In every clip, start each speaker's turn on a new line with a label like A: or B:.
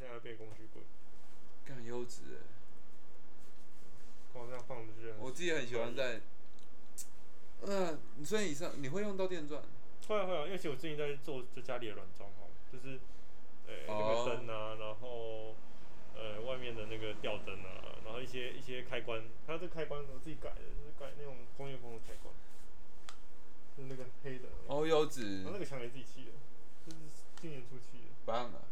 A: 现在变工具棍，
B: 干优质欸
A: 往上放的是很
B: 我自己很喜欢在，呃，所以以上你会用到电钻，
A: 会啊会啊，因为其实我最近在做就家里的软装潢，就是呃、那
B: 哦
A: 个灯啊，然后呃外面的那个吊灯啊，然后一些一些开关，它这开关我自己改的，就是改那种工业风的开关，就是那个黑的，
B: 哦，优质
A: 然后那个墙也自己砌的，就是今年初砌的，
B: 棒啊！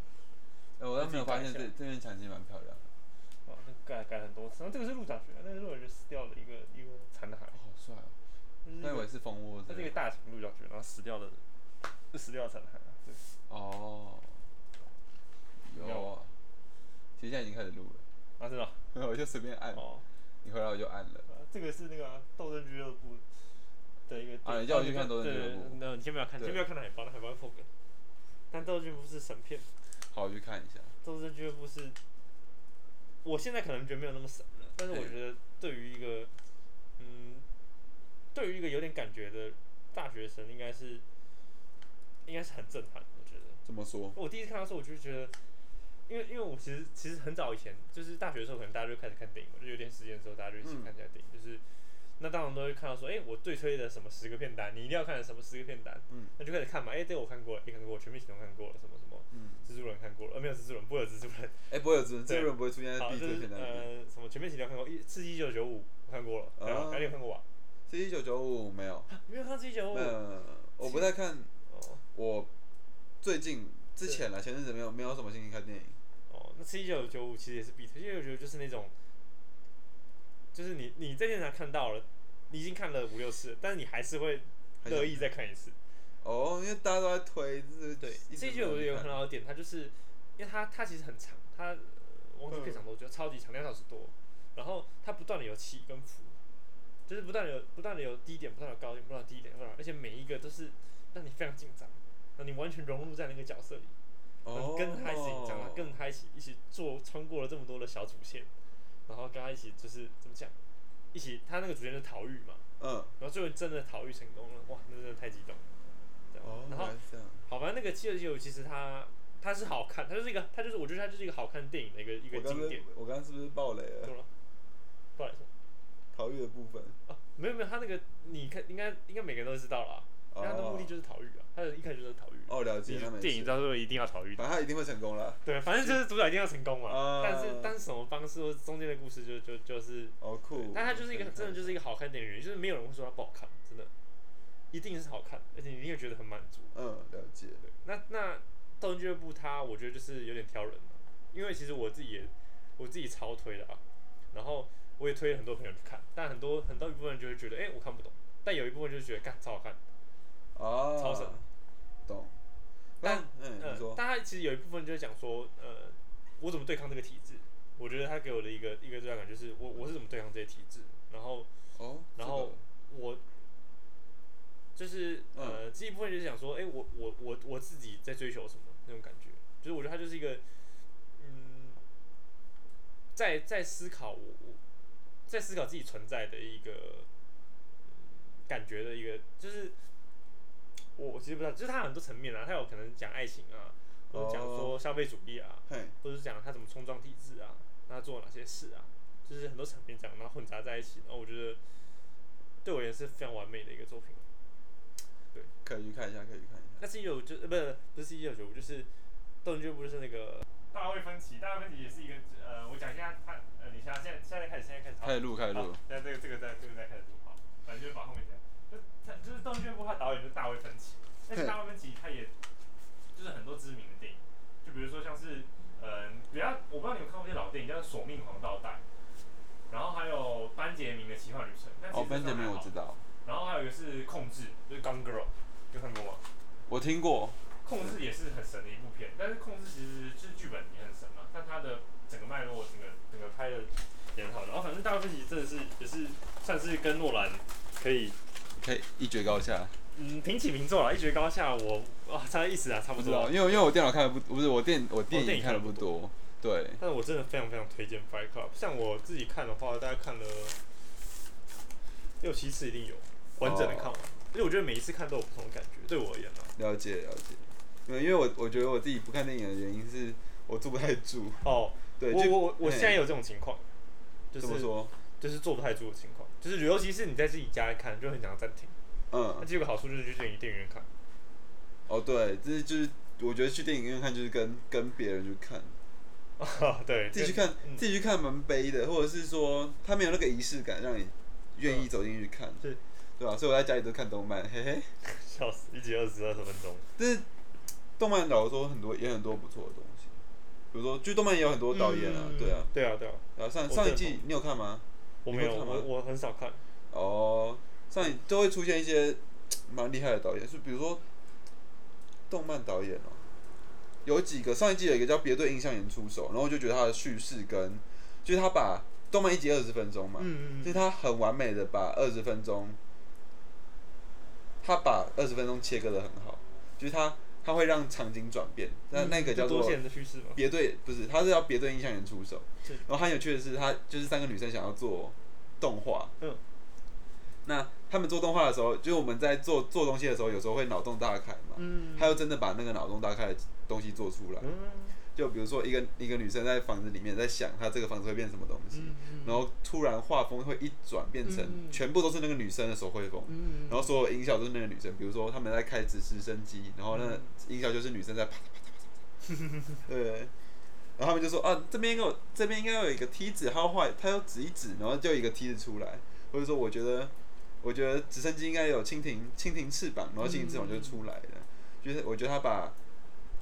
B: 哎，我倒没有发现
A: 自己
B: 这
A: 改一下
B: 这面墙其实蛮漂亮的，
A: 哇，那改改很多次，然后这个是陆长学，那个是我觉得死掉的一个一个残骸，
B: 好帅哦！
A: 就是一
B: 那以
A: 个
B: 为是蜂窝
A: 它
B: 之
A: 是一
B: 类
A: 个
B: 的。
A: 大型鹿角蕨，然后死掉的，就死掉的残骸啊，对，
B: 哦，有啊，其实现在已经开始录了，
A: 啊真的哦
B: 我就随便按，
A: 哦。
B: 你回来我就按了。
A: 呃这个是那个啊斗争俱乐部的一个
B: 啊你叫我去看斗争俱乐
A: 对
B: 部
A: 对对那你先不要看，
B: 对
A: 先不要看海报，那海报会破梗。但斗争俱乐部是神片，
B: 好，我去看一下。
A: 斗争俱乐部是，我现在可能觉得没有那么神了，但是我
B: 嗯
A: 觉得对于一个，嗯，对于一个有点感觉的大学生，应该是，应该是很震撼，我觉得。
B: 怎么说？
A: 我第一次看到的时候，我就觉得，因为因为我其实其实很早以前，就是大学的时候，可能大家就开始看电影嘛，就有点时间的时候，大家就一起
B: 嗯
A: 看这些电影，就是那当然都会看到说，哎、我最推的什么十个片单，你一定要看的什么十个片单，
B: 嗯
A: 那就开始看嘛，哎、这个我看过了，也看过了，全面行动看过了，什么什么
B: 嗯，
A: 蜘蛛人看过了，呃，没有蜘蛛人，不会有蜘蛛人，
B: 哎，不会有这
A: 对
B: 这个人不会出现在
A: 好，
B: 啊必
A: 就
B: 推
A: 是
B: 片单里面。
A: 呃，什么全面行动看过，一刺激一九九五我看过了，然后
B: 哦
A: 还有看过吧？啊
B: 是一九九五没有？
A: 你没有看刺激九五
B: 没？有，没有没有我不太看。
A: 哦
B: 我最近之前啦，前阵子没有没有什么心情看电影。
A: 哦，那吃一九九五其实也是必推，一九九五就是那种，就是你你在现场看到了，你已经看了五六次了，但是你还是会
B: 还想
A: 乐意再看一次。
B: 哦，因为大家都在推，就是
A: 对，吃
B: 一直
A: 一
B: 没
A: 九九五
B: 人
A: 有
B: 看
A: 很好的点，它就是因为它它其实很长，它呃忘记片长多久，超级长，两小时多，然后它不断的有起跟伏，就是不断的有不断的有低点，不断的有高点，不断的有低点，不断地有而且每一个都是让你非常紧张，让你完全融入在那个角色里。然后
B: 哦，
A: 跟着他一起长大，跟着他一起一起做，穿过了这么多的小主线，然后跟他一起就是怎么讲，一起他那个主线是逃狱嘛，
B: 嗯，
A: 然后最后真的逃狱成功了，哇，那真的太激动了。这样
B: 哦，
A: 然
B: 原
A: 后
B: 来是这样，
A: 好吧，那个《七二七五》其实它它是好看，它就是一个它就是我觉得它就是一个好看电影的一个一个
B: 我刚
A: 经
B: 刚
A: 典。
B: 我刚刚是不是爆雷
A: 怎么
B: 了？哦
A: 了？不好意思
B: 逃狱的部分，
A: 啊，没有没有，他那个你看应该应该每个人都知道了，因为他的目的就是逃狱啊，他的一开始就是逃狱。
B: 哦，了解，那没
A: 电影
B: 事，
A: 到最后一定要逃狱的
B: 反正他一定会成功啦。
A: 对，反正就是主角一定要成功嘛。
B: 啊
A: 但是但是什么方式或者中间的故事就就就是，
B: 哦，酷，
A: 但它就是一个真的就是一个好看电影，就是没有人会说它不好看，真的，一定是好看，而且你一定会觉得很满足。
B: 嗯，了解，
A: 对，那那斗争俱乐部它我觉得就是有点挑人嘛，因为其实我自己也我自己超推的啊，然后我也推了很多朋友去看，但很多很大一部分人就会觉得哎、我看不懂，但有一部分就是觉得干超好看，
B: 哦，
A: 超神，
B: 懂。
A: 但
B: 嗯，
A: 嗯
B: 你说，
A: 但他其实有一部分就是讲说，呃，我怎么对抗这个体制？我觉得他给我的一个一个最大感觉就是我我是怎么对抗这些体制，然后
B: 哦，
A: 然后我就是呃，这一部分就是想说，哎、我我我我自己在追求什么那种感觉，就是我觉得他就是一个嗯，在在思考我我在思考自己存在的一个嗯感觉的一个，就是我我其实不知道，就是他很多层面啊，他有可能讲爱情啊，或者讲说消费主义啊，
B: 这个，嘿，
A: 或者是讲他怎么冲撞体制啊，那他做了哪些事啊，就是很多层面这样，然后混杂在一起，然后我觉得对我而言是非常完美的一个作品。
B: 可以去看一下，可以去看一下。
A: 那是一九就呃不是不是一九九五，就是《斗争俱乐部》就是那个大卫芬奇，大卫芬奇也是一个呃，我讲一下他呃，你现在现在现在开始现在开始
B: 开始录，开始录
A: 好，，那这个这个在这个在开始录好，反正就是把后面讲。就他就是《动圈部》，他导演就是大卫芬奇，但是
B: 对
A: 大卫芬奇他也就是很多知名的电影，就比如说像是呃，比较我不知道你有没有看过一些老电影，叫做《索命黄道带》，然后还有班杰明的奇幻旅程。但其
B: 哦
A: 实，这
B: 班杰
A: 还
B: 明我
A: 好
B: 知。道，
A: 然后还有一个是《控制》，就是《Gone Girl》，有看过吗？
B: 我听过，
A: 控制也是很神的一部片，但是控制其实就是剧本也很神嘛，但它的整个脉络、整个整个拍的也很好。然后反正大卫芬奇真的是也是算是跟诺兰可以
B: 可以一决高下。
A: 嗯平起平坐啦，一决高下我。啊，差意思啊，差
B: 不
A: 不
B: 知
A: 多
B: 道，
A: 啊。
B: 因为因为我电脑看的不不是我电我电
A: 电
B: 影
A: 影
B: 看的
A: 看
B: 不
A: 得不
B: 多，对，
A: 但是我真的非常非常推荐《Fight Club》，像我自己看的话，大概看了六七次一定有，完整的看完。
B: 哦
A: 因为我觉得每一次看都有不同的感觉，对我而言啊。
B: 了解了解。因为因为我我觉得我自己不看电影的原因是，我坐不太住。
A: 哦，
B: 对，
A: 我
B: 就
A: 我我我
B: 嘿
A: 现在有这种情况，就
B: 怎么
A: 是
B: 说？
A: 就是坐不太住的情况，就是尤其是你在自己家看，就很想要暂停。那
B: 嗯，
A: 这有个好处就是去电影电影院看，
B: 哦，对，这就是我觉得去电影院看就是跟跟别人去看，
A: 对，
B: 自己去
A: 就
B: 看
A: 嗯
B: 自己去看蛮悲的，或者是说他没有那个仪式感，让你愿意走进去看，
A: 是
B: 对啊吧、所以我在家里都看动漫，嘿嘿。
A: 笑死，一集二十二十分钟。
B: 但是动漫老实说很多也很多不错的东西，比如说就动漫也有很多导演啊，
A: 嗯
B: 对啊，，
A: 对啊，对啊，
B: 啊上
A: 我
B: 上一
A: 认
B: 季你有看吗？
A: 我
B: 你
A: 没
B: 会
A: 有，
B: 看吗
A: 我我很少看。
B: 哦，上一都会出现一些蛮厉害的导演，是比如说动漫导演哦，有几个上一季有一个叫《别对印象演出手》，然后我就觉得他的叙事跟就是他把动漫一集二十分钟嘛，
A: 嗯
B: 所以他很完美的把二十分钟，他把二十分钟切割的很好，就是他他会让场景转变，那那个叫
A: 嗯多
B: 做
A: 线的叙事嘛。
B: 别对，不是，他是要别对印象员出手
A: 是。
B: 然后很有趣的是，他就是三个女生想要做动画。
A: 嗯。
B: 那他们做动画的时候，就是我们在做做东西的时候，有时候会脑洞大开嘛。
A: 嗯
B: 他又真的把那个脑洞大开的东西做出来。
A: 嗯
B: 就比如说，一个一个女生在房子里面在想，她这个房子会变什么东西，然后突然画风会一转，变
A: 嗯
B: 成全部都是那个女生的手绘风。
A: 嗯
B: 然后所有音效都是那个女生，比如说他们在开直直升机，然后那音效就是女生在啪嗒啪嗒啪嗒啪嗒，对。然后他们就说啊，这边应该有这边应该有一个梯子，他要画，他要指一指，然后就有一个梯子出来，或者说我觉得我觉得直升机应该有蜻蜓蜻蜓翅膀，然后蜻蜓翅膀就出来了，就是我觉得他把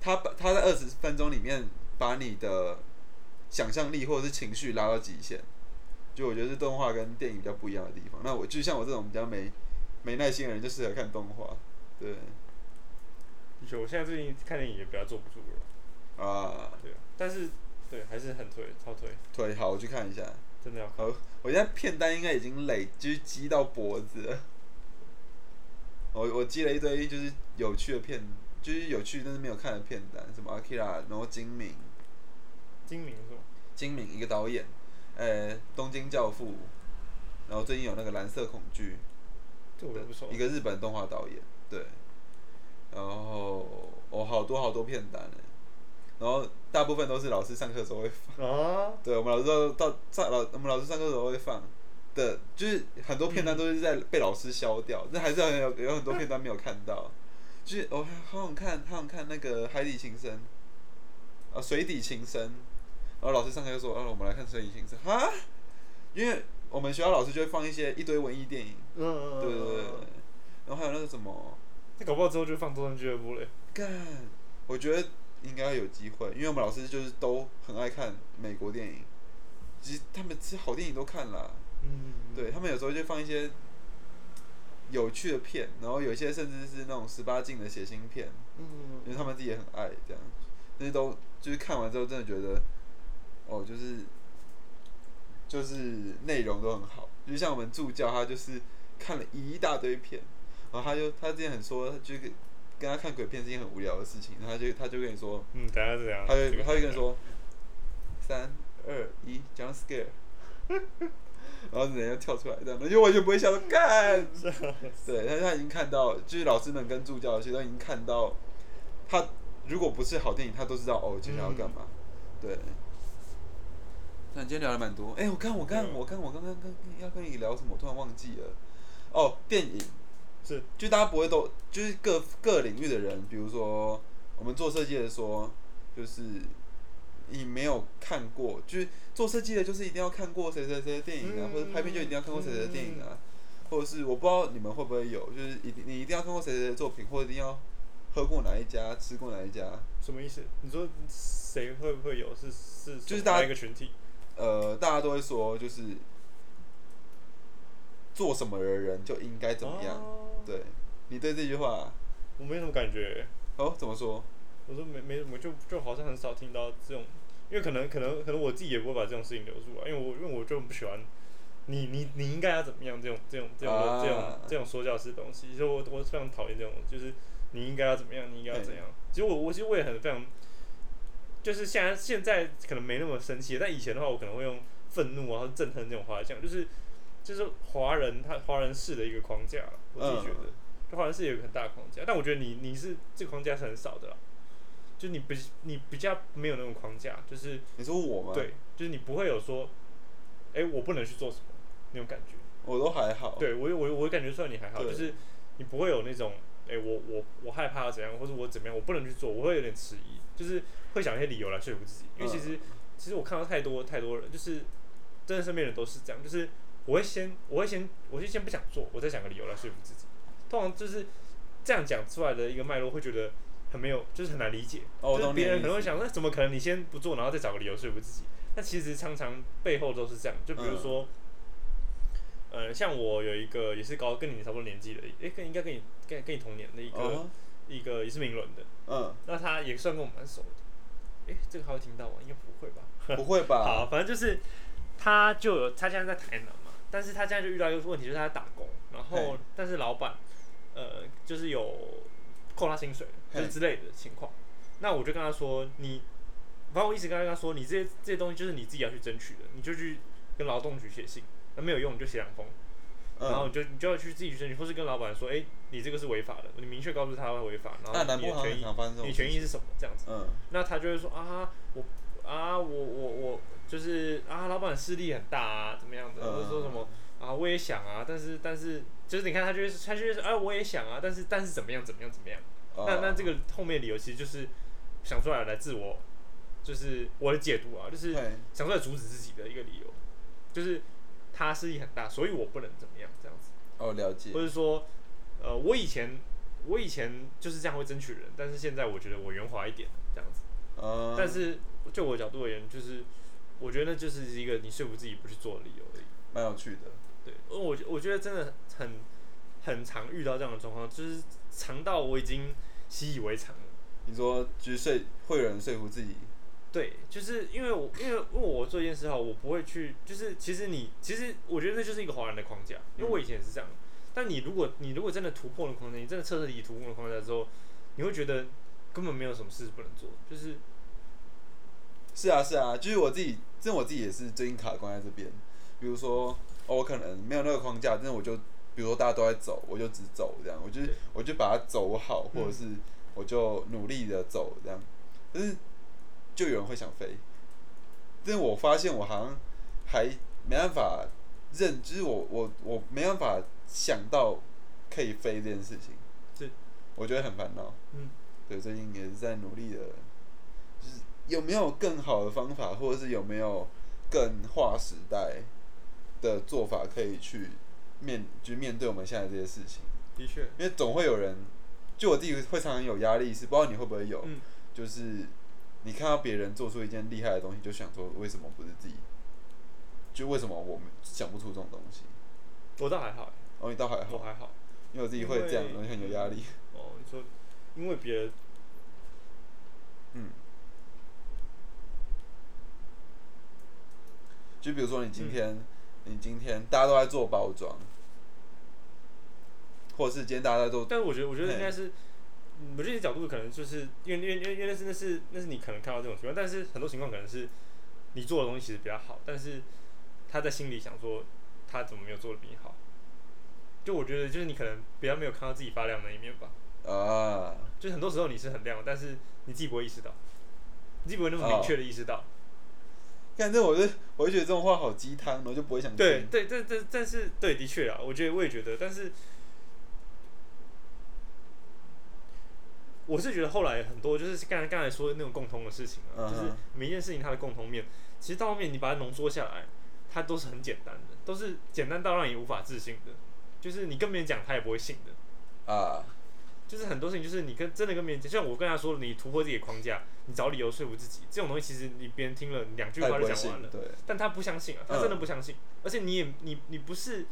B: 他把他在二十分钟里面把你的想象力或者是情绪拉到极限，就我觉得是动画跟电影比较不一样的地方。那我就像我这种比较没没耐心的人就适合看动画，对
A: 的确，我现在最近看电影也比较坐不住了，
B: 啊，
A: 对啊，但是对还是很推，超推，
B: 对，好，我去看一下。
A: 真的要看。
B: 好，我现在片单应该已经累，就是积到脖子了。我我积了一堆就是有趣的片，就是有趣但是没有看的片单，什么 Akira，然后金敏，
A: 精明是吗？
B: 金敏一个导演，呃，东京教父，然后最近有那个蓝色恐惧，
A: 这我都不熟
B: 一。个日本动画导演，对。然后我、哦、好多好多片单欸然后大部分都是老师上课的时候会，
A: 啊，
B: 对我们老师到到上老我们老师上课的时候会放的，就是很多片段都是在被老师消掉， 但还是很有有很多片段没有看到，就是我、哦、好想看，好想看那个海底情深，啊水底情深，然后老师上课就说，啊我们来看水底情深，哈，因为我们学校老师就会放一些一堆文艺电影。
A: 嗯嗯，
B: 对对对对，对然后还有那个什么，
A: 那搞不好之后就放《多人俱乐部》嘞。
B: 干，我觉得应该有机会，因为我们老师就是都很爱看美国电影，其实他们其实好电影都看啦，
A: 嗯，
B: 对他们有时候就放一些有趣的片，然后有一些甚至是那种十八禁的血腥片，
A: 嗯，
B: 因为他们自己也很爱这样，那些都就是看完之后真的觉得，哦，就是就是内容都很好，就像我们助教他就是看了一大堆片，然后他就他之前很说，他就跟跟他看鬼片是一件很无聊的事情，然后他就他就跟你说，
A: 嗯，等一下是这样。
B: 他就
A: 这个
B: 他就跟你，说，三二一，jump scare。然后人家跳出来，这样，就完全不会想到 干，对，但是他已经看到，就是老师们跟助教其实都已经看到，他如果不是好电影，他都知道哦，接下来要干嘛。
A: 嗯
B: 对。那你今天聊了蛮多，哎、我看我看
A: 对啊
B: 我看我刚刚跟要跟你聊什么，我突然忘记了。哦，电影，
A: 是
B: 就大家不会都就是各各领域的人，比如说我们做设计的说，就是你没有看过，就是做设计的，就是一定要看过谁谁谁的电影啊，
A: 嗯
B: 或者拍片就一定要看过谁谁的电影啊，或者是我不知道你们会不会有，就是一定你一定要看过谁谁的作品，或者一定要喝过哪一家，吃过哪一家，
A: 什么意思？你说谁会不会有？是是，
B: 就是大家
A: 一个群体。
B: 呃，大家都会说就是做什么的人就应该怎么样，
A: 哦
B: 对你对这句话
A: 我没什么感觉。欸
B: 哦怎么说？
A: 我说没没什么，就就好像很少听到这种，因为可能可能可能我自己也不会把这种事情留住来，啊因为我因为我就不喜欢你你你应该要怎么样这种这种这种、
B: 啊
A: 这种这种说教式的东西，所以我我非常讨厌这种，就是你应该要怎么样，你应该要怎样。其实我我其实我也很非常，就是现在现在可能没那么生气，但以前的话我可能会用愤怒啊、憎恨这种话来讲，就是就是华人他华人式的一个框架，我自己觉得。
B: 嗯
A: 就华人是有一个很大的框架，但我觉得你你是这个框架是很少的啦。就你比你比较没有那种框架，就是
B: 你说我吗？，
A: 对，就是你不会有说，哎、我不能去做什么那种感觉。
B: 我都还好。
A: 对我我我感觉出来你还好，
B: 对
A: 就是你不会有那种，哎、我我我害怕怎样，或者我怎么样，我不能去做，我会有点迟疑，就是会想一些理由来说服自己。因为
B: 嗯
A: 其实、其实我看到太多太多人，就是真的身边人都是这样，就是我会先我会先我就先不想做，我再想个理由来说服自己。通常就是这样讲出来的一个脉络，会觉得很没有，就是很难理解。
B: 哦，我
A: 就是
B: 懂你
A: 别
B: 的
A: 人
B: 意
A: 可能会
B: 思。
A: 想，那怎么可能你先不做，然后再找个理由说服自己？那其实常常背后都是这样，就比如说，呃，像我有一个也是高跟你差不多年纪的，诶、跟应该跟你跟跟你同年的一个、
B: 哦，
A: 一个也是名伦的，
B: 嗯，
A: 那他也算跟我蛮熟的。诶、这个他会听到吗？应该不会吧？
B: 嗯不会吧？
A: 好，反正就是他就有他现在在台南嘛，但是他现在就遇到一个问题，就是他在打工，然后
B: 嘿
A: 但是老板呃就是有扣他薪水，就是
B: 嘿
A: 之类的情况。那我就跟他说，你反正我一直跟他说，你这些这些东西就是你自己要去争取的，你就去跟劳动局写信，那没有用你就写两封，然后
B: 嗯，
A: 你就你就要去自己去争取，或是跟老板说，哎、你这个是违法的，你明确告诉他违法，然
B: 那
A: 后
B: 南
A: 你
B: 部
A: 的
B: 好像
A: 权
B: 很
A: 益
B: 常发生这
A: 你
B: 种
A: 的
B: 事
A: 权益
B: 情。
A: 是什么这样子。
B: 嗯，
A: 那他就会说啊，我啊，我我我就是啊，老板势力很大啊，怎么样的，
B: 嗯
A: 或者说什么啊，我也想啊，但是但是就是你看他就会他就会说，哎、我也想啊，但是但是怎么样怎么样怎么样，那那这
B: 个
A: 个后面的理由其实就是想出来来自我，就是我的解读啊，就是想出来阻止自己的一个理由，就是他势力很大，所以我不能怎么样这样子。
B: 哦，了解
A: 或。者说，呃，我以前我以前就是这样会争取人，但是现在我觉得我圆滑一点这样子。
B: 嗯，
A: 但是就我角度而言，就是我觉得那就是一个你说服自己不去做的理由而已。
B: 蛮有趣的。
A: 对，我我觉得真的很很常遇到这样的状况，就是常到我已经习以为常了。
B: 你说就是说会有人说服自己，
A: 对，就是因为我因为因为我做一件事哈，我不会去，就是其实你其实我觉得那就是一个华人的框架，因为我以前也是这样。但你如果你如果真的突破了框架，你真的彻彻底底突破了框架之后，你会觉得根本没有什么事不能做，就是
B: 是啊是啊，就是我自己，这我自己也是最近卡关在这边。比如说，哦，我可能没有那个框架，但是我就，比如说大家都在走，我就只走这样，我就
A: 对嗯
B: 我就把它走好，或者是我就努力的走这样。但是就有人会想飞，但是我发现我好像还没办法认，就是我我我没办法想到可以飞这件事情，
A: 是
B: 我觉得很烦恼。
A: 嗯，
B: 对，最近也是在努力的，就是有没有更好的方法，或者是有没有更划时代的做法可以去面，去面对我们现在这些事情？
A: 的确，
B: 因为总会有人，就我自己会常常有压力，是不知道你会不会有，
A: 嗯
B: 就是你看到别人做出一件厉害的东西，就想说为什么不是自己？就为什么我们想不出这种东西？
A: 我倒还好，欸
B: 哦，你倒还
A: 我
B: 好，
A: 还好。
B: 因为我自己会这样，
A: 因
B: 我
A: 为
B: 就很有压力。
A: 哦，你说因为别人，
B: 嗯，就比如说你今天，
A: 嗯
B: 你今天大家都在做包装，或者是今天大家在做，
A: 但是我觉得，我觉得
B: 嘿
A: 应该是，嗯我觉得你角度可能就是因为因为因为因为那是那是那是你可能看到这种情况，但是很多情况可能是你做的东西其实比较好，但是他在心里想说他怎么没有做的比你好，就我觉得就是你可能比较没有看到自己发亮的一面吧，
B: 啊，
A: 就是很多时候你是很亮的，但是你自己不会意识到，你自己不会那么明确的意识到。
B: 看这我就我就觉得这种话好鸡汤，我就不会想
A: 对
B: 听。
A: 对，但但但是对，的确啊，我觉得我也觉得，但是我是觉得后来很多就是刚才刚才说的那种共通的事情啊，
B: 嗯哼
A: 就是每一件事情它的共通面，其实到后面你把它浓缩下来，它都是很简单的，都是简单到让你无法置信的，就是你跟别人讲他也不会信的。
B: 啊，
A: 就是很多事情，就是你跟真的跟别人讲，像我跟他说，你突破自己的框架，你找理由说服自己，这种东西其实你别人听了你两句
B: 他也
A: 话
B: 不
A: 就
B: 会
A: 讲
B: 信
A: 完了，。
B: 对，
A: 但他不相信
B: 嗯
A: 啊，他真的不相信，而且你也你你不是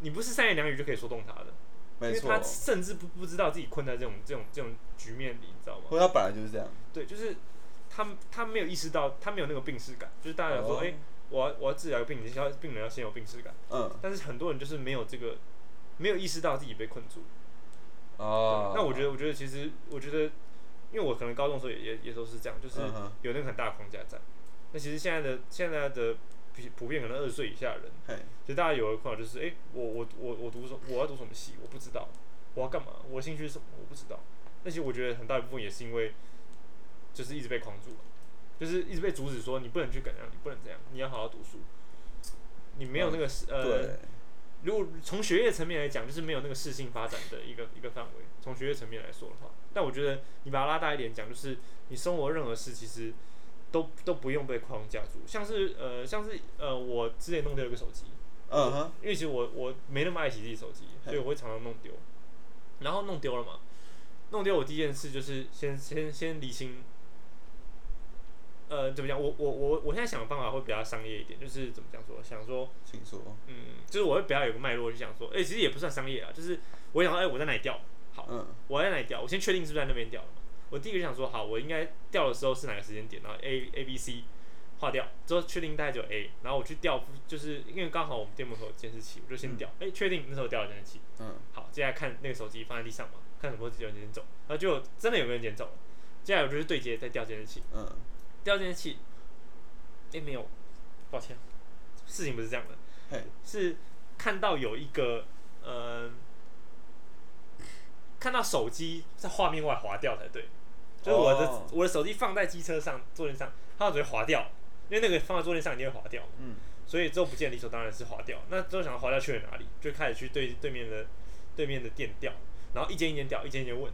A: 你不是三言两语就可以说动他的，因
B: 没
A: 为
B: 错，
A: 他甚至不不知道自己困在这种这种这种局面里，你知道吗？
B: 或者他本来就是这样。
A: 对，就是他他没有意识到，他没有那个病视感，就是大家讲说，
B: 哦
A: 哎、我要我要治疗一个病，你先要病人要先有病视感，
B: 嗯，
A: 但是很多人就是没有这个，没有意识到自己被困住。
B: 哦，
A: 那我觉得，我觉得其实，我觉得，因为我可能高中的时候也也也都是这样，就是
B: 嗯哼
A: 有那个很大的框架在。那其实现在的现在的普普遍可能二十岁以下的人，
B: 嘿，
A: 就大家有一困扰就是，哎、我我我我读什我要读什么系，我不知道，我要干嘛，我的兴趣是什么，我不知道。那些我觉得很大一部分也是因为就是一直被框住了，就是一直被阻止说你不能去怎样，你不能这样，你要好好读书。你没有那个事呃，
B: 对，
A: 如果从学业层面来讲，就是没有那个适性发展的一个一个范围。从学业层面来说的话，但我觉得你把它拉大一点讲，就是你生活任何事其实都都不用被框架住。像是呃，像是呃，我之前弄掉一个手机，
B: 嗯哼，
A: 因为其实我我没那么爱惜自己手机，所以我会常常弄丢。然后弄丢了嘛，弄丢我第一件事就是先先先理清，呃，怎么讲？我我我我现在想的方法会比较商业一点，就是怎么讲说，想说，
B: 请说。
A: 嗯，就是我会比较有个脉络去想说，哎、其实也不算商业啊，就是我会想说，哎、我在哪里掉？好，
B: 嗯
A: 我在哪里掉？我先确定是不是在那边掉了嘛。我第一个就想说，好，我应该掉的时候是哪个时间点，然后 A A B C 划掉，之后确定大概只有 A，然后我去调，就是因为刚好我们店门口有监视器，我就先调，哎、确定那时候掉了监视器，
B: 嗯，
A: 好，接下来看那个手机放在地上嘛，看什么时候有人捡走，然后就真的有个人捡走了，接下来我就是对接再调监视器，
B: 嗯，
A: 调监视器，哎、没有，抱歉，事情不是这样的，
B: 嘿，
A: 是看到有一个，呃，看到手机在画面外滑掉才对，就是我的、
B: 哦
A: 我的手机放在机车上坐垫上，它只会滑掉，因为那个放在坐垫上一定会滑掉，
B: 嗯，
A: 所以之后不见理所当然是滑掉。那之后想滑掉去了哪里，就开始去对对面的对面的店调，然后一间一间调，一间一间问。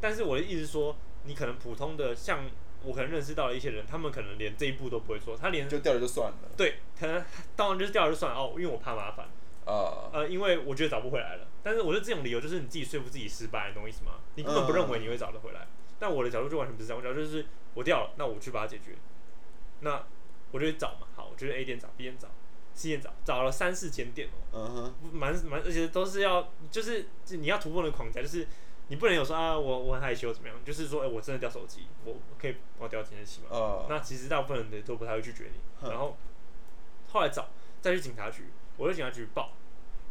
A: 但是我的意思是说，你可能普通的像我可能认识到了一些人，他们可能连这一步都不会做，他连
B: 就掉了就算了
A: 对，可能当然就是掉了就算了哦，因为我怕麻烦。
B: 啊。
A: 呃，因为我觉得找不回来了。但是我觉得这种理由就是你自己说服自己失败，你懂我意思吗？你根本不认为你会找得回来。但我的角度就完全不是这样，我角度就是我掉了，那我去把它解决。那我就去找嘛，好，我就去 A 店找，B 店找，C 店找，找了三四间店哦，
B: 嗯哼，
A: 蛮蛮，而且都是要就是就你要突破那个框架，就是你不能有说啊我我很害羞怎么样，就是说哎、我真的掉手机，我我可以帮我掉监视器吗？
B: 啊，
A: 那其实大部分人也都不太会拒绝你。
B: 哼
A: 然后后来找再去警察局，我去警察局报。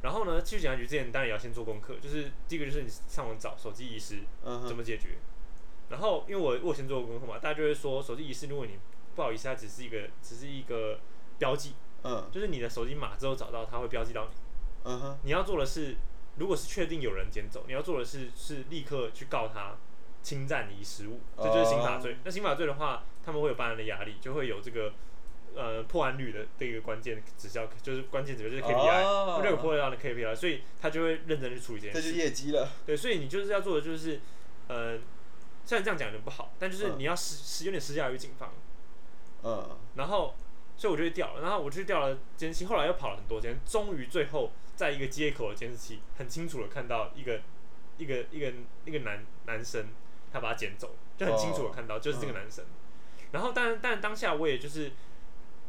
A: 然后呢，去警察局之前，当然也要先做功课，就是第一个就是你上网找手机遗失
B: 嗯
A: 怎
B: 哼，
A: 么解决。然后因为我我有先做过功课嘛，大家就会说手机遗失，如果你不好意思，它只是一个只是一个标记，
B: 嗯，
A: 就是你的手机码之后找到，它会标记到你。
B: 嗯哼，
A: 你要做的是，如果是确定有人捡走，你要做的是是立刻去告他侵占你食物，
B: 哦
A: 这就是刑法罪。那刑法罪的话，他们会有办案的压力，就会有这个呃破案率的这个关键指标，就是关键指标就是 KPI，、
B: 哦
A: 会这个破案的 KPI，所以他就会认真去处理这件
B: 这就
A: 事。
B: 业绩了。
A: 对，所以你就是要做的就是，呃，虽然这样讲有点不好，但就是
B: 嗯
A: 你要施施有点施加于警方。
B: 嗯，
A: 然后，所以我就去调了，然后我去调了监视器，后来又跑了很多间，终于最后在一个街口的监视器，很清楚的看到一个一个一个一个男男生，他把他捡走，就很清楚的看到、就是这个男生。然后，但但当下我也就是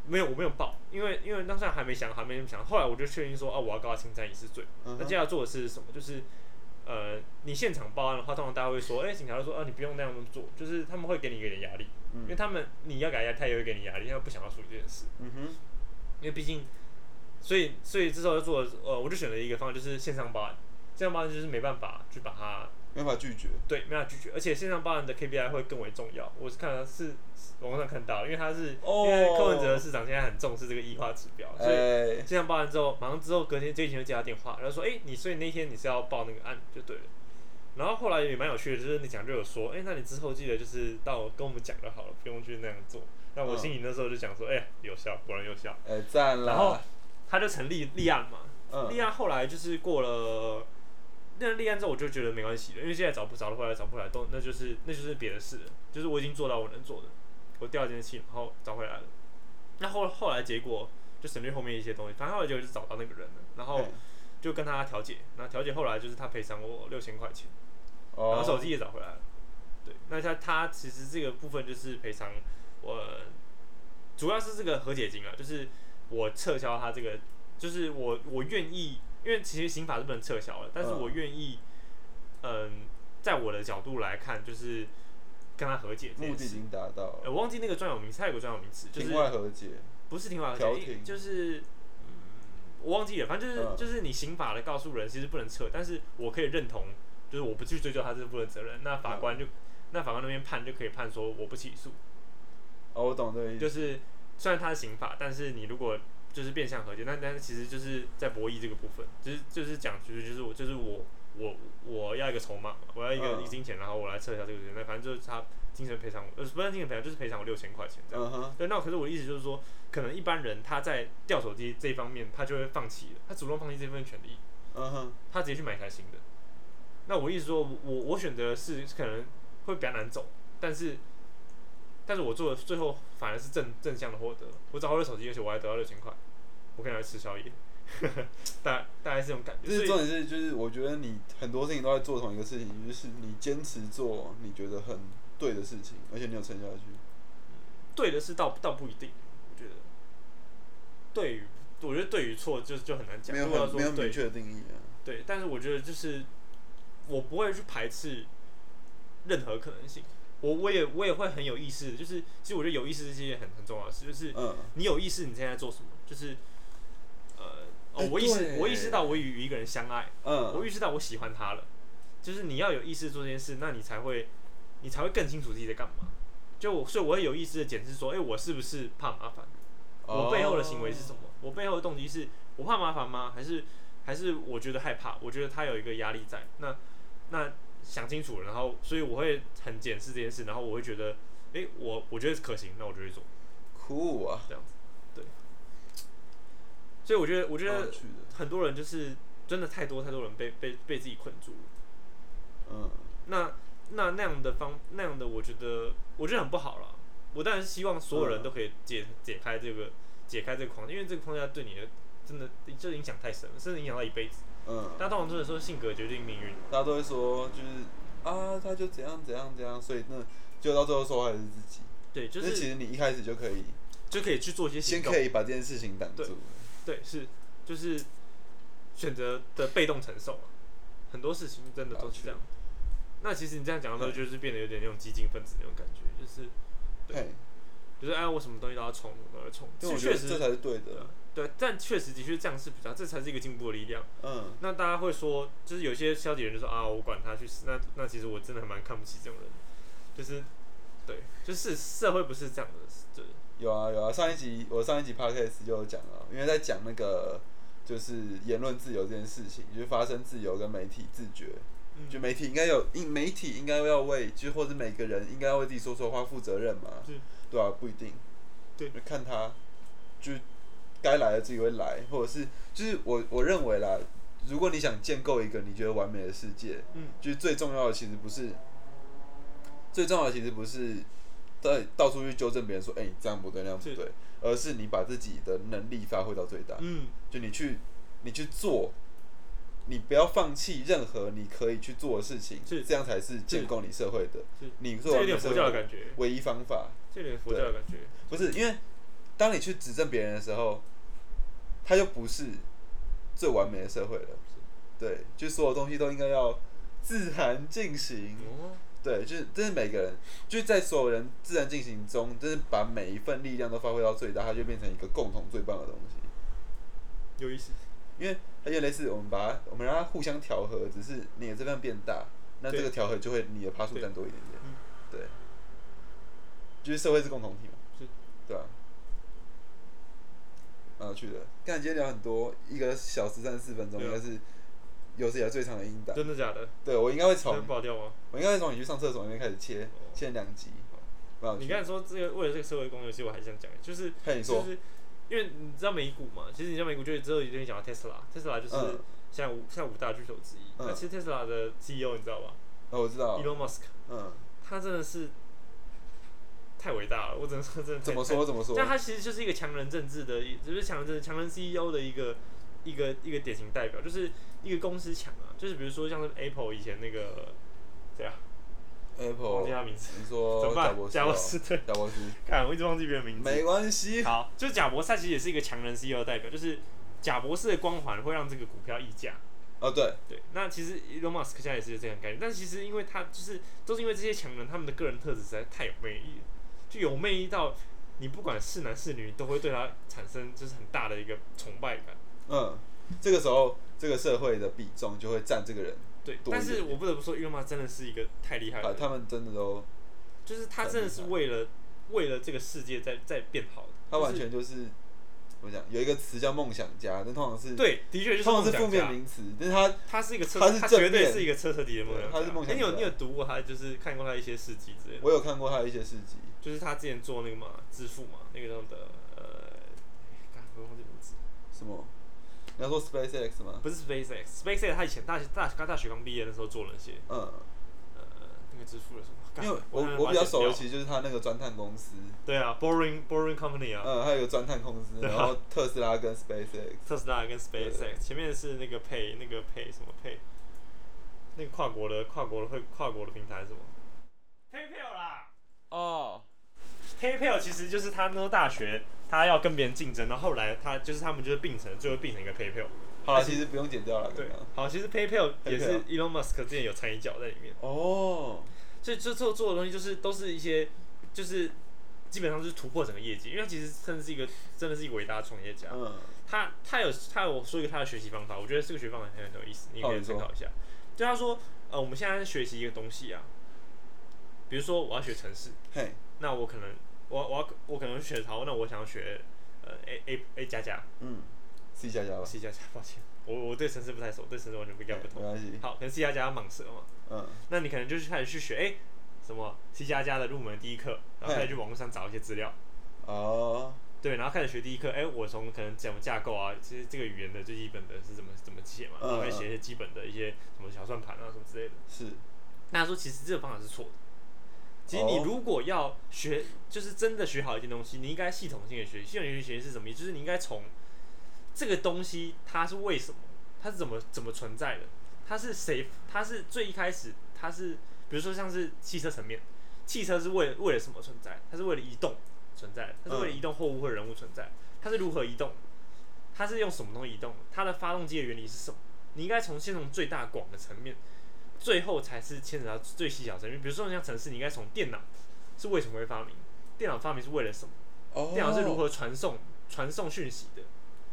A: 没有我没有报，因为因为当下还没想还没想，后来我就确定说，哦、我要告他侵占隐私罪。
B: 嗯
A: 那
B: 哼
A: 接下来做的是什么？就是呃，你现场报案的话，通常大家会说，哎、警察会说，啊，你不用那样做，就是他们会给你一点压力，
B: 嗯
A: 因为他们你要给他压力，他也会给你压力，他不想要处理这件事，
B: 嗯哼，
A: 因为毕竟，所以所以这时候做的，呃，我就选了一个方案，就是线上报案，线上报案就是没办法去把它
B: 没法拒绝。
A: 对没办法拒绝，而且线上报案的 KPI 会更为重要，我是看到是是网上看到，因为他是、
B: 哦
A: 因为柯文哲市长现在很重视这个异化指标，所以。
B: 哎，
A: 这样报完之后，马上之后隔天这一天就接到电话，然后说，哎、你所以那天你是要报那个案就对了。然后后来也蛮有趣的，就是你讲就有说，哎、那你之后记得就是到跟我们讲就好了，不用去那样做。那我心里那时候就想说，哎、呀，有效，果然有效。
B: 哎，赞啦。
A: 然后他就成立立案嘛，立
B: 嗯，
A: 案后来就是过了。那立案之后我就觉得没关系了，因为现在找不找得回来找不回来都那就是那就是别的事了，就是我已经做到我能做的，我掉一件器，然后找回来了。那后后来结果就省略后面一些东西，反正后来结果就是找到那个人了，然后
B: 嘿
A: 就跟他调解，那调解后来就是他赔偿我六千块钱，然后手
B: 哦，
A: 机也找回来了。对，那他他其实这个部分就是赔偿我，主要是这个和解金啊，就是我撤销他这个，就是我我愿意，因为其实刑法是不能撤销的，但是
B: 嗯
A: 我愿意，嗯、在我的角度来看，就是跟他和解这
B: 目
A: 件
B: 的已
A: 事。
B: 经达到了，
A: 呃我忘记那个专有名词，它有个专有名词，就是
B: 庭外和解。
A: 不是庭法
B: 调
A: 和解，
B: 停
A: 就是嗯，我忘记了，反正就是、
B: 嗯
A: 就是你刑法的告诉人其实不能撤，但是我可以认同，就是我不去追究他这部分责任，那
B: 嗯
A: 法官就、那法官那边判就可以判说我不起诉，
B: 哦，我懂这个意思。
A: 就是虽然它是刑法，但是你如果就是变相和解，那但是其实就是在博弈这个部分，就是就是讲就是就是我就是我我我要一个筹码嘛，我要一个
B: 嗯
A: 一金钱，然后我来撤销这个责任，那反正就是他精神赔偿我，呃，不是精神赔偿，就是赔偿我六千块钱这样。
B: 嗯哼，
A: 对，那可是我的意思就是说，可能一般人他在掉手机这一方面，他就会放弃了，他主动放弃这份权利，
B: 嗯哼，
A: 他直接去买一台新的。那我意思说，我我我选择的是可能会比较难走，但是，但是我做的最后反而是正正向的获得，我找到了手机，而且我还得到六千块，我可以拿来吃宵夜， 大大概是这种感觉。
B: 就
A: 所
B: 是
A: 以
B: 重点是，就是我觉得你很多事情都在做同一个事情，就是你坚持做你觉得很对的事情，而且你有撑下去。
A: 对的是倒倒不一定，我觉得，对与我觉得对与错就就很难讲。
B: 没
A: 如
B: 有
A: 果要
B: 很
A: 说
B: 没有
A: 对
B: 明确的定义啊。
A: 对，但是我觉得就是我不会去排斥任何可能性，我我也我也会很有意识，就是其实我觉得有意识是一件很很重要的事，就是
B: 嗯，
A: 你有意识你现在在做什么，就是呃哦
B: 哎，
A: 我意识
B: 对
A: 我意识到我与一个人相爱，
B: 嗯，
A: 我意识到我喜欢他了，就是你要有意识做这件事，那你才会你才会更清楚自己在干嘛。就我，所以我会有意识的检视说，哎、我是不是怕麻烦？
B: 哦
A: 我背后的行为是什么？我背后的动机是我怕麻烦吗？还是还是我觉得害怕？我觉得他有一个压力在。那那想清楚了，然后所以我会很检视这件事，然后我会觉得，诶，我我觉得可行，那我就去做。
B: 酷啊，
A: 所以我觉得，我觉
B: 蛮有
A: 得
B: 趣的，
A: 很多人就是真的太多太多人被被被自己困住了。
B: 嗯，
A: 那那那样的方那样的，我觉得我觉得很不好了。我当然是希望所有人
B: 嗯
A: 都可以解解开这个解开这个框架，因为这个框架对你的真的就影响太深了，甚至影响到一辈子。
B: 嗯，
A: 大家通常都是说性格决定命运，
B: 大家都会说就是啊，他就怎样怎样怎样，所以那就到最后受害的是自己。
A: 对，就
B: 那其
A: 是
B: 实你一开始就可以
A: 就可以去做一些
B: 先
A: 行动
B: 可，以把这件事情挡
A: 对
B: 住。
A: 对，是就是选择的被动承受啊，很多事情真的都是这样。那其实你这样讲的时候，就是变得有点那种激进分子那种感觉，就是对
B: 对，
A: 就是哎，我什么东西都要冲，什么都要冲，
B: 但我觉
A: 确
B: 得这
A: 实
B: 才是对
A: 对
B: 的
A: 啊。对，但确实的确这样是比较，这才是一个进步的力量。
B: 嗯，
A: 那大家会说，就是有些消极人就说啊，我管他去死。那那其实我真的还蛮看不起这种人，就是对，就是社会不是这样的，对，
B: 有啊有啊，上一集我上一集 podcast 就有讲了，因为在讲那个就是言论自由这件事情，就是发声自由跟媒体自觉。
A: 嗯
B: 就媒体应该有，应媒体应该要为，就或者每个人应该要为自己说说话负责任嘛
A: 是，
B: 对啊，不一定，
A: 对，
B: 看他，就是该来的自己会来，或者是就是我我认为啦，如果你想建构一个你觉得完美的世界，
A: 嗯，
B: 就是最重要的其实不是，最重要的其实不是在到处去纠正别人说，哎、你这样不对那样不
A: 是
B: 对，而是你把自己的能力发挥到最大，
A: 嗯，
B: 就你去你去做，你不要放弃任何你可以去做的事情，
A: 是
B: 这样才是建构你社会的
A: 是。
B: 你
A: 这
B: 做完
A: 有点
B: 你
A: 佛
B: 社会
A: 教的感觉，
B: 唯一方法，
A: 这有点佛教的感觉，
B: 不是因为当你去指正别人的时候，他就不是最完美的社会了。对，就所有东西都应该要自然进行。
A: 哦，
B: 对，嗯就是，这是每个人，就是在所有人自然进行中，就是把每一份力量都发挥到最大，它就变成一个共同最棒的东西。
A: 有意思，
B: 因为它就类似我们把它，我们让它互相调和，只是你的这份变大，那这
A: 对
B: 个调和就会你的趴数
A: 对
B: 占多一点点
A: 嗯。
B: 对，就是社会是共同体嘛，
A: 是
B: 对吧、啊？蛮有趣的，看今天聊很多，一个小时三十四分钟，
A: 对啊
B: 应该是有史以来最长的音档。
A: 真的假的？
B: 对我应该会从
A: 能爆掉吗？
B: 我应该会从你去上厕所那边开始切，切两集，蛮有
A: 哦你
B: 趣
A: 刚
B: 的。
A: 才说这个为了这个社会公德其实我还想讲，就是
B: 看你
A: 就
B: 说，
A: 是因为你知道美股嘛，其实你知道美股就只有一点讲到 Tesla，Tesla 就是
B: 嗯，
A: 现在五现在五大巨头之一。
B: 嗯
A: 那其实 Tesla 的 CEO 你知道吧
B: 哦，我知道，
A: ？Elon Musk，
B: 嗯，
A: 他真的是太伟大了，我只能说真的太
B: 怎么？说怎么
A: 太
B: 说，
A: 但他其实就是一个强人政治的，就是强人政强人 CEO 的一个一个一个典型代表，就是一个公司强啊，就是比如说像是 Apple 以前那个谁啊，忘记
B: Apple，
A: 他名字，
B: 你
A: 怎
B: 说
A: 么
B: 贾
A: 办
B: 博？士
A: 贾
B: 哦，
A: 博士对，
B: 贾博士，
A: 看我一直忘记别人 名字。
B: 没关系，
A: 好，就是贾博士他其实也是一个强人 CEO 的代表，就是贾博士的光环会让这个股票溢价。
B: 哦，对，
A: 对，那其实 Elon Musk 现在也是这样的概念，但其实因为他就是都是因为这些强人他们的个人特质实在太有魅力了，就有魅力到你不管是男是女都会对他产生就是很大的一个崇拜感。
B: 嗯，这个时候这个社会的比重就会占这个人，
A: 对，
B: 多一
A: 但是
B: 点
A: 我不得不说，Elon Musk 真的是一个太厉害
B: 啊
A: 了，，
B: 他们真的都，
A: 就是他真的是为了为了这个世界在在变好的，
B: 他完
A: 就是
B: 全就是怎么讲？有一个词叫梦想家，但通常是，
A: 对，的确就是
B: 通常是
A: 梦想
B: 负面
A: 家，
B: 名词，但是他
A: 他是一个彻，
B: 他是
A: 他
B: 正
A: 绝对
B: 面
A: 是一个彻彻底底的梦
B: 对
A: 想家。
B: 他是梦想
A: 哎你有
B: 家
A: 你有读过他，就是看过他一些事迹之类的吗。
B: 我有看过他的一些事迹，
A: 就是他之前做那个嘛，致富嘛，那个叫的呃，干我忘记名字，
B: 什么？你要说 SpaceX 吗？
A: 不是 SpaceX，SpaceX 他以前大学大刚大学刚毕业的时候做了一些
B: 嗯，
A: 呃那个致富的什么，干
B: 因为我
A: 差点
B: 我
A: 把
B: 比
A: 它
B: 较
A: 剪
B: 熟
A: 掉
B: 的其实就是他那个钻探公司，
A: 对啊，Boring Boring Company 啊，
B: 嗯，还有一个钻探公司，
A: 对啊
B: 然后特斯拉跟 SpaceX，
A: 特斯拉跟
B: 对
A: SpaceX，前面是那个 Pay 那个 Pay 什么 Pay，那个跨国的跨国的会跨国的平台是什么？PayPal 啦
B: 哦，
A: ，PayPal 其实就是他那时候大学他要跟别人竞争，然后后来他就是他们就是并成，最后并成一个 PayPal。
B: 好了，其实不用剪掉了，啊
A: 对
B: 刚刚，
A: 好，其实 PayPal 也是
B: PayPal
A: Elon Musk 之前有参与角在里面，
B: 哦，
A: 所以这做做的东西就是都是一些，就是基本上就是突破整个业绩，因为他其实真的是一个真的是一个伟大的创业家。
B: 嗯，
A: 他他有他有说一个他的学习方法，我觉得这个学习方法很很有意思，你也可
B: 哦
A: 以
B: 你
A: 参
B: 说
A: 考一下。就他说，呃，我们现在学习一个东西啊，比如说我要学程式，
B: 嘿，
A: 那我可能我我要我可能学好，那我想要学呃 A A A 加加
B: 嗯，C 加加吧，
A: C 加加，抱歉，我我对程式不太熟，对程式完全不一样不
B: 没
A: 同。
B: 关系，
A: 好，可能 C 加加蟒蛇嘛，
B: 嗯，
A: 那你可能就是开始去学，哎、什么 C 加加的入门第一课，然后开始去网络上找一些资料，
B: 哦，
A: 对，然后开始学第一课，哎、我从可能怎么架构啊，其实这个语言的最基本的是怎么怎么写嘛，
B: 嗯
A: 然后开始写一些基本的一些什么小算盘啊什么之类的。
B: 是，
A: 那他说其实这个方法是错的，其实你
B: 哦
A: 如果要学，就是真的学好一件东西，你应该系统性的学习。系统性的学习是什么意思？就是你应该从这个东西它是为什么，它是怎么怎么存在的，它是谁，它是最一开始它是，比如说像是汽车层面，汽车是为了为了什么存在？它是为了移动存在的，它是为了
B: 嗯
A: 移动货物或人物存在的，它是如何移动的？它是用什么东西移动的？它的发动机的原理是什么？你应该从先从最大广的层面，最后才是牵扯到最细小层面。比如说像城市，你应该从电脑是为什么会发明？电脑发明是为了什么？
B: 哦，
A: 电脑是如？何传送传送讯息的？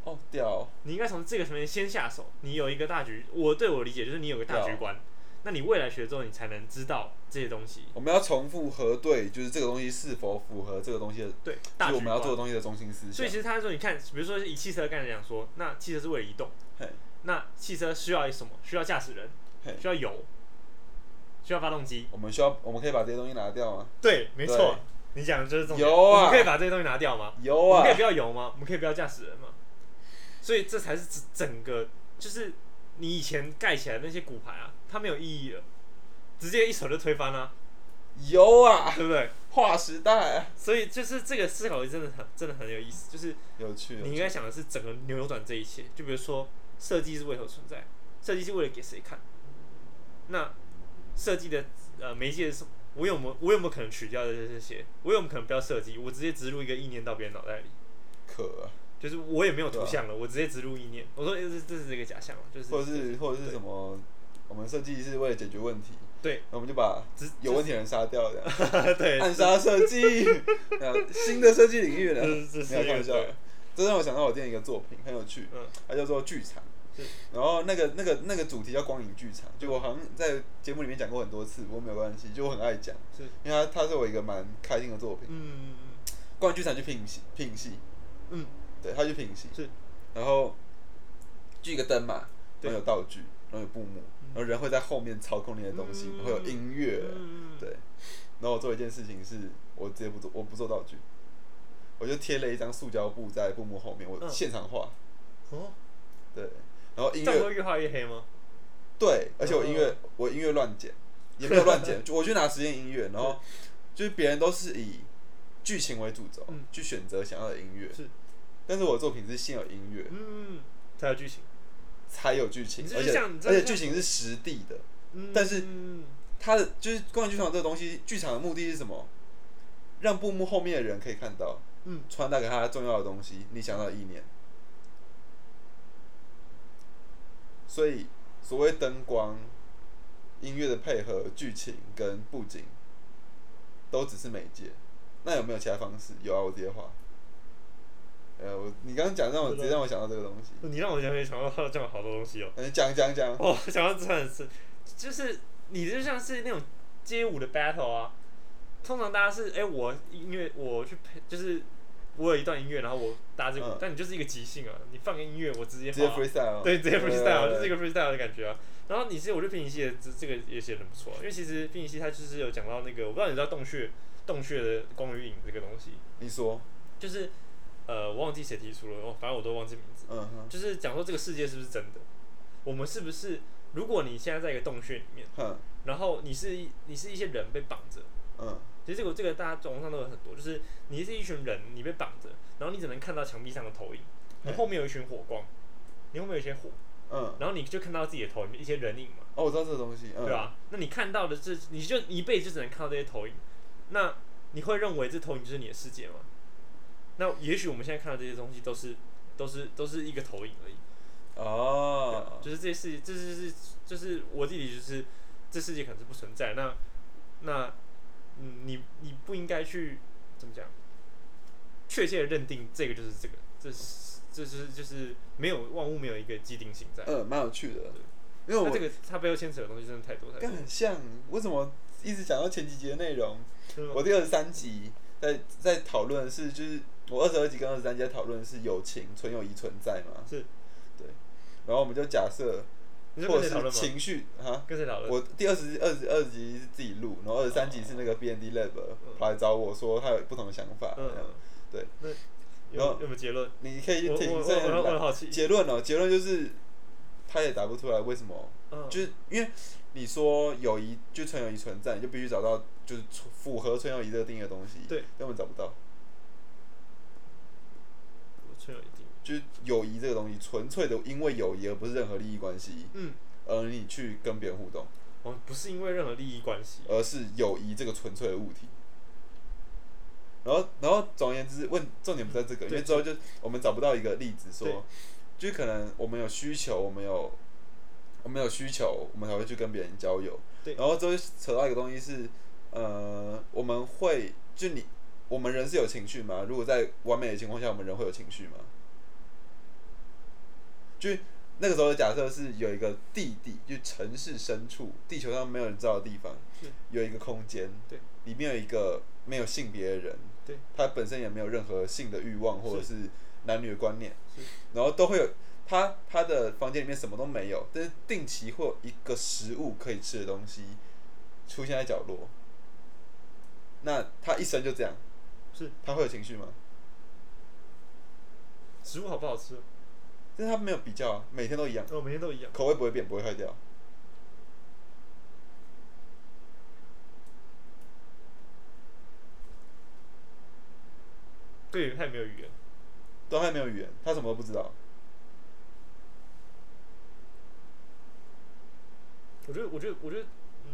B: 哦，屌，
A: 你应该从这个层面先下手。你有一个大局，我对我理解就是你有个大局观，
B: 啊
A: 那你未来学之后，你才能知道这些东西。
B: 我们要重复核对，就是这个东西是否符合这个东西的，
A: 对，
B: 就
A: 大
B: 是
A: 局
B: 我们要
A: 观。
B: 做的东西的中心思
A: 所
B: 想
A: 以其。实他说，你看，比如说以汽车的概念讲说，那汽车是为了移动
B: 嘿，
A: 那汽车需要什么？需要驾驶人
B: 嘿，
A: 需要油，需要发动机。
B: 我们需要，我们可以把这些东西拿掉吗？
A: 对，没错，你讲的就是重点。
B: 油啊
A: 我们可以把这些东西拿掉吗？
B: 有
A: 我
B: 啊
A: 们可，以不要油吗？我们可以不要驾驶人吗？所以这才是整整个，就是你以前盖起来的那些骨牌啊，它没有意义了，直接一手就推翻啦、
B: 有啊，
A: 对不对？
B: 划时代啊，
A: 所以就是这个思考真的很真的很有意思，就是
B: 有趣
A: 你
B: 哦。
A: 应该想的是整个扭转这一切。就比如说，设计是为何存在？设计是为了给谁看？那设计的呃媒介是什么？我有没有我有没有可能取掉这些这些？我有没有可能不要设计？我直接植入一个意念到别人脑袋里，
B: 可啊，
A: 就是我也没有图像了，我直接植入意念。我说诶这这是一个假象了，啊就是
B: 啊或者是或者是什么，我们设计是为了解决问题，
A: 对，
B: 那我们就把
A: 只
B: 有问题的人杀掉，这样
A: 对，
B: 暗杀设计，对啊新的设计领域呢？
A: 这这
B: 没
A: 是
B: 有
A: 一
B: 开玩
A: 个
B: 笑
A: 对
B: 的，这让我想到我电影一个作品，很有趣，
A: 嗯
B: 它叫做《剧场
A: 是》，
B: 然后那个那个那个主题叫光影剧场，就我好像在节目里面讲过很多次，不过没有关系，就我很爱讲，
A: 是
B: 因为它它是我一个蛮开心的作品。
A: 嗯
B: 光影剧场去品戏品戏，
A: 嗯
B: 对，他去品戏，
A: 是，
B: 然后聚一个灯嘛，
A: 对
B: 然后有道具，然后有布幕，然后人会在后面操控那些东西，
A: 嗯
B: 然后有音乐，
A: 嗯
B: 对。然后我做一件事情是，我直接不做，我不做道具，我就贴了一张塑胶布在布幕后面，我
A: 嗯
B: 现场画，
A: 哦，
B: 对，然后音
A: 这样
B: 乐
A: 会越嗯画越黑吗？
B: 对，而且我音乐、我音乐乱剪，也没有乱 剪，就我去拿实验音乐，然后就是别人都是以剧情为主轴、
A: 嗯
B: 去选择想要的音乐，
A: 是，
B: 但是我的作品是先有音乐
A: 嗯，才有剧情。
B: 才有剧情
A: 你，这
B: 而
A: 就
B: 且
A: 像你这
B: 而且
A: 就像
B: 剧情是实地的，
A: 嗯
B: 但是
A: 嗯
B: 它的就是关于剧场这个东西，剧场的目的是什么？让布幕后面的人可以看到，
A: 嗯，
B: 传达给他重要的东西，你想到的意念。所以，所谓灯光、音乐的配合、剧情跟布景，都只是媒介。那有没有其他方式？有啊，我直接画。呃，我你刚刚讲让我直接让我想到这个东西。
A: 你让我想想到这样好多东西哦。
B: 嗯，讲讲讲，
A: 哦，想到真的是，就是你就像是那种街舞的 battle 啊。通常大家是哎、我音乐我去配，就是我有一段音乐，然后我搭这个，
B: 嗯
A: 但你就是一个即兴啊，你放个音乐，我直接
B: 直接
A: 滑
B: freestyle，
A: 哦对，直接 freestyle，、就是一
B: 个
A: 个 freestyle 的感觉啊。然后你其实我觉得平行系的这这个也写的很不错，啊因为其实平行系它就是有讲到那个，我不知道你知道洞穴洞穴的光与影这个东西，
B: 你说，
A: 就是呃我忘记谁提出了，哦，反正我都忘记名字，
B: 嗯哼，
A: 就是讲说这个世界是不是真的，我们是不是如果你现在在一个洞穴里面，
B: 哼，
A: 然后你是一你是一些人被绑着，
B: 嗯，
A: 其实这个这个大家网络上都有很多，就是你是一群人，你被绑着，然后你只能看到墙壁上的投影，你
B: 对
A: 后面有一群火光，你后面有一些火，
B: 嗯，
A: 然后你就看到自己的投影，一些人影嘛，
B: 哦，我知道这个东西，嗯，
A: 对吧、，啊那你看到的这，你就一辈子就只能看到这些投影，那你会认为这投影就是你的世界吗？那也许我们现在看到这些东西都是都是都是一个投影而已，对啊
B: 哦，
A: 就是这些事，这是是就是我弟弟就是这世界可能是不存在，那那嗯，你你不应该去怎么讲，确切的认定这个就是这个，这是这就是就是没有万物没有一个既定性在，
B: 嗯，蛮有趣的，因为
A: 那
B: 我
A: 这个它背后牵扯的东西真的太多太多
B: 跟
A: 了，
B: 很像，为什么一直讲到前几集的内容？
A: 真的吗
B: 我第二十三集在在讨论的是，就是我二十二集跟二十三集在讨论的是友情、纯友谊存在嘛？
A: 是，
B: 对。然后我们就假设，
A: 你是
B: 或
A: 跟
B: 者
A: 谁讨
B: 是
A: 论吗？呃
B: 情绪啊，
A: 跟谁讨论？
B: 我第二十二十二集是自己录，然后二十三集是那个 B N D Lab 跑来找我说他有不同的想法，这样
A: 哦嗯，
B: 对。
A: 那
B: 然后
A: 有有没有结论？
B: 你可以去
A: 我我
B: 听
A: 我
B: 这样
A: 我我很
B: 的
A: 好奇，
B: 结论哦，结论就是他也答不出来为什么
A: 嗯，
B: 就是因为你说友谊就纯友谊存在，你就必须找到就是符合纯友谊这个定义的东西，
A: 对，
B: 根本找不到。
A: 我确有一定，
B: 就是友谊这个东西，纯粹的因为友谊而不是任何利益关系，
A: 嗯，
B: 而你去跟别人互动，
A: 哦，不是因为任何利益关系，
B: 而是友谊这个纯粹的物体。然后，然后总而言之，问重点不在这个，
A: 嗯
B: 因为之后就我们找不到一个例子
A: 对
B: 说，就是可能我们有需求，我们有我们有需求，我们才会去跟别人交友。
A: 对
B: 然后之后就扯到一个东西是，呃，我们会就你我们人是有情绪吗？如果在完美的情况下，我们人会有情绪吗？就那个时候的假设是有一个地底，就城市深处，地球上没有人知道的地方
A: 是，
B: 有一个空间，
A: 对，
B: 里面有一个没有性别的人，
A: 对，
B: 他本身也没有任何性的欲望或者是男女的观念
A: 是，
B: 然后都会有他他的房间里面什么都没有，但是定期会有一个食物可以吃的东西出现在角落，那他一生就这样，
A: 是
B: 他会有情绪吗？
A: 食物好不好吃？哦
B: 但是他没有比较啊，每天都一样，
A: 我每天都一样。
B: 口味不会变，不会坏掉。
A: 对，太没有语言。
B: 对，他也没有语言，他什么都不知道。
A: 我觉得，我觉得，我觉得，嗯，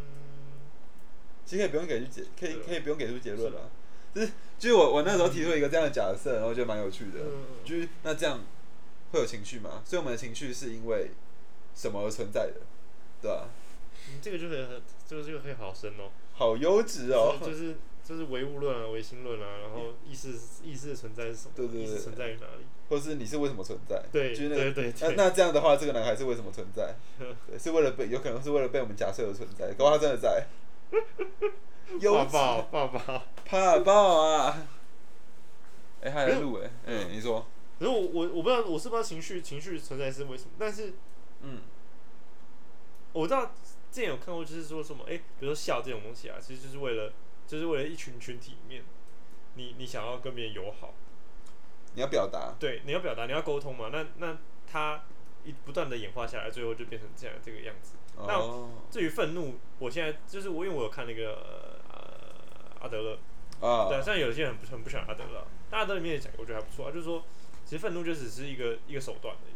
B: 其实可以不用给出结，可以
A: 对啊
B: 可以不用给出结论了。就是就是我我那时候提出一个这样的假设，然后觉得蛮有趣的。
A: 嗯嗯
B: 就是那这样会有情绪吗？所以我们的情绪是因为什么而存在的，对吧、
A: 你这个就很，这个这个可以好深哦。
B: 好优质哦，
A: 就是就是就是唯物论啊，唯心论啊，然后意识意识的存在是什么？
B: 对对对
A: 意识存在于哪里？
B: 或是你是为什么存在？
A: 对
B: 就是那个
A: 对对
B: 那
A: 对
B: 那这样的话，这个男孩是为什么存 在？对，是为了被，有可能是为了被我们假设而存在，搞不好他真 的在。优
A: 爸
B: 质
A: 爸爸爸。
B: 怕爆啊！哎、还
A: 没
B: 在
A: 有
B: 录哎、哎、你说，
A: 可是我我我不知道，我是不知道情绪情绪存在是为什么，但是
B: 嗯，
A: 我知道之前有看过，就是说什么，哎、比如说笑这种东西啊，其实就是为了就是为了一群群体里面，你你想要跟别人友好。
B: 你要表达，
A: 对，你要表达，你要沟通嘛。那那它一不断的演化下来，最后就变成这样这个样子。那
B: 哦
A: 至于愤怒，我现在就是我，因为我有看那个呃阿德勒，对啊，
B: 啊，
A: 虽然有些人很不很不喜欢阿德勒啊，但阿德勒里面也讲过，我觉得还不错啊，就是说，其实愤怒就只是一个一个手段而已，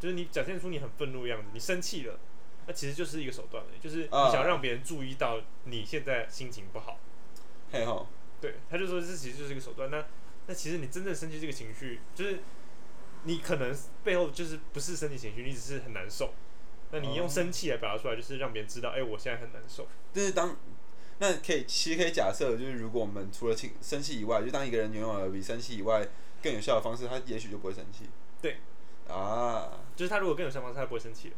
A: 就是你展现出你很愤怒的样子，你生气了，那其实就是一个手段而已，就是
B: 啊
A: 你想让别人注意到你现在心情不好。
B: 嘿吼，
A: 对，他就说这其实就是一个手段。那那其实你真正生气这个情绪，就是你可能背后就是不是生气情绪，你只是很难受。那你用
B: 哦
A: 生气来表达出来，就是让别人知道，哎、我现在很难受。
B: 但是当那可以，其实可以假设，就是如果我们除了情生气以外，就当一个人拥有了比生气以外更有效的方式，他也许就不会生气。
A: 对，
B: 啊，
A: 就是他如果更有想法，他就不会生气了。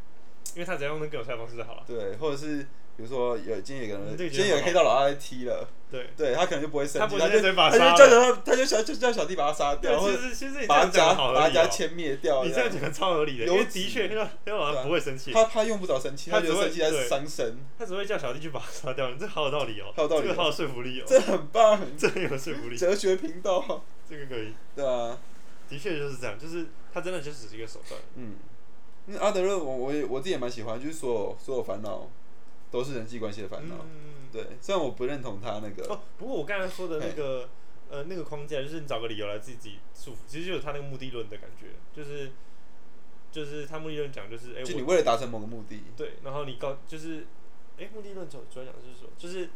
A: 因为他只要用那各种下方式就好了。
B: 对，或者是比如说有今天有个
A: 嗯
B: 人，
A: 这个
B: 今天有个黑道老大在踢了，
A: 对，
B: 对他可能就不会生
A: 他
B: 气，
A: 不
B: 他
A: 是
B: 就
A: 认真把
B: 他
A: 他杀
B: 就叫
A: 了。
B: 他他就想就叫小弟把他杀
A: 对，
B: 掉，或
A: 其
B: 者
A: 实其实你这
B: 把他
A: 样
B: 家
A: 讲好
B: 把
A: 合
B: 他
A: 理
B: 家
A: 哦。
B: 歼灭掉，
A: 你这样讲的超合理的，因
B: 有
A: 为
B: 几
A: 的确黑道黑道老
B: 对
A: 大
B: 啊
A: 不会生气，
B: 他他用不着生气，
A: 他
B: 他
A: 只
B: 觉得
A: 会
B: 生气他是
A: 对
B: 伤神，
A: 他只会叫小弟去把他杀掉。你这好有道理哦，
B: 好有道理哦
A: 这个好有说服力哦，
B: 这很棒，
A: 这很有说服力，
B: 哲学频道，
A: 这个可以，
B: 对啊，
A: 的确就是这样，就是他真的就只是一个手段。
B: 嗯，那阿德勒我我也我自己也蛮喜欢，就是所有所有烦恼都是人际关系的烦哦恼，
A: 嗯，
B: 对，虽然我不认同他那个，
A: 哦，不过我刚才说的那个呃那个框架，就是你找个理由来自己自己束缚，其实就是他那个目的论的感觉，就是就是他目的论讲就是哎、
B: 就你
A: 我
B: 为了达成某个目的，
A: 对，然后你告就是哎、目的论主主要讲的就是说就是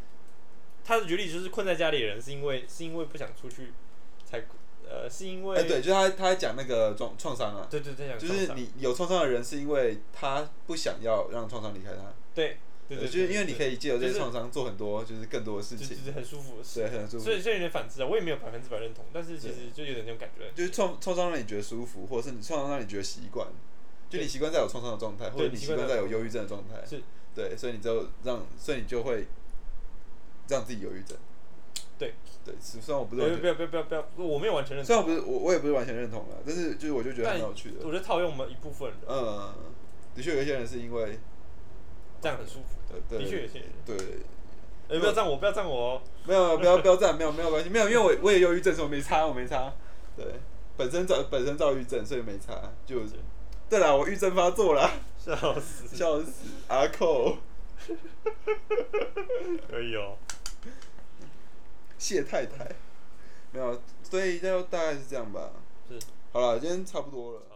A: 他的举例就是困在家里的人是因为是因为不想出去才呃是因为、
B: 哎，对，就是他他在讲那个创创伤啊。
A: 对对对讲
B: 就
A: 创
B: 是
A: 伤
B: 你有创伤的人，是因为他不想要让创伤离开他。
A: 对对对，
B: 呃就是因为你可
A: 以
B: 以借由这
A: 就
B: 些
A: 是
B: 创伤做很多，就是更多的事
A: 就
B: 情，
A: 是很舒服的事。
B: 对，很舒服
A: 所。以，所以有点反制啊，我也没有百分之百认同，但是其实就有点那种感觉，
B: 就是创创伤让你觉得舒服，或者是你创伤让你觉得习惯，就你习惯在有创伤的状态，
A: 对
B: 或者你
A: 你习
B: 习惯
A: 惯
B: 在
A: 在
B: 有忧郁症的状态。
A: 是，
B: 对，所以你就让，所以你就会让自己忧郁症。
A: 对
B: 对，虽虽然我不
A: 不
B: 是
A: 要
B: 完
A: 不要不要不要不要，我没有完全认
B: 全，
A: 同
B: 虽。然我不是我我也不是完全认同了，但是就是我就觉得很有趣的。
A: 我觉得套用我们一部分人，
B: 嗯，的确有一些人是因为，
A: 这样很舒服。
B: 呃，
A: 的确
B: 对
A: 有些人，
B: 对，
A: 哎，不要赞我，不要赞我哦。
B: 没有，不要不要站，没有没有关系，没有，因为我我也忧郁症，所以我没差，我没差。对，本身躁本身躁郁症，所以没差。就
A: 对
B: 对啦，我郁症发作啦，
A: 笑死，
B: 笑死阿寇，
A: 可以哦。
B: 谢太太，没有，所以就大概是这样吧。
A: 是，
B: 好了，今天差不多了。
A: 好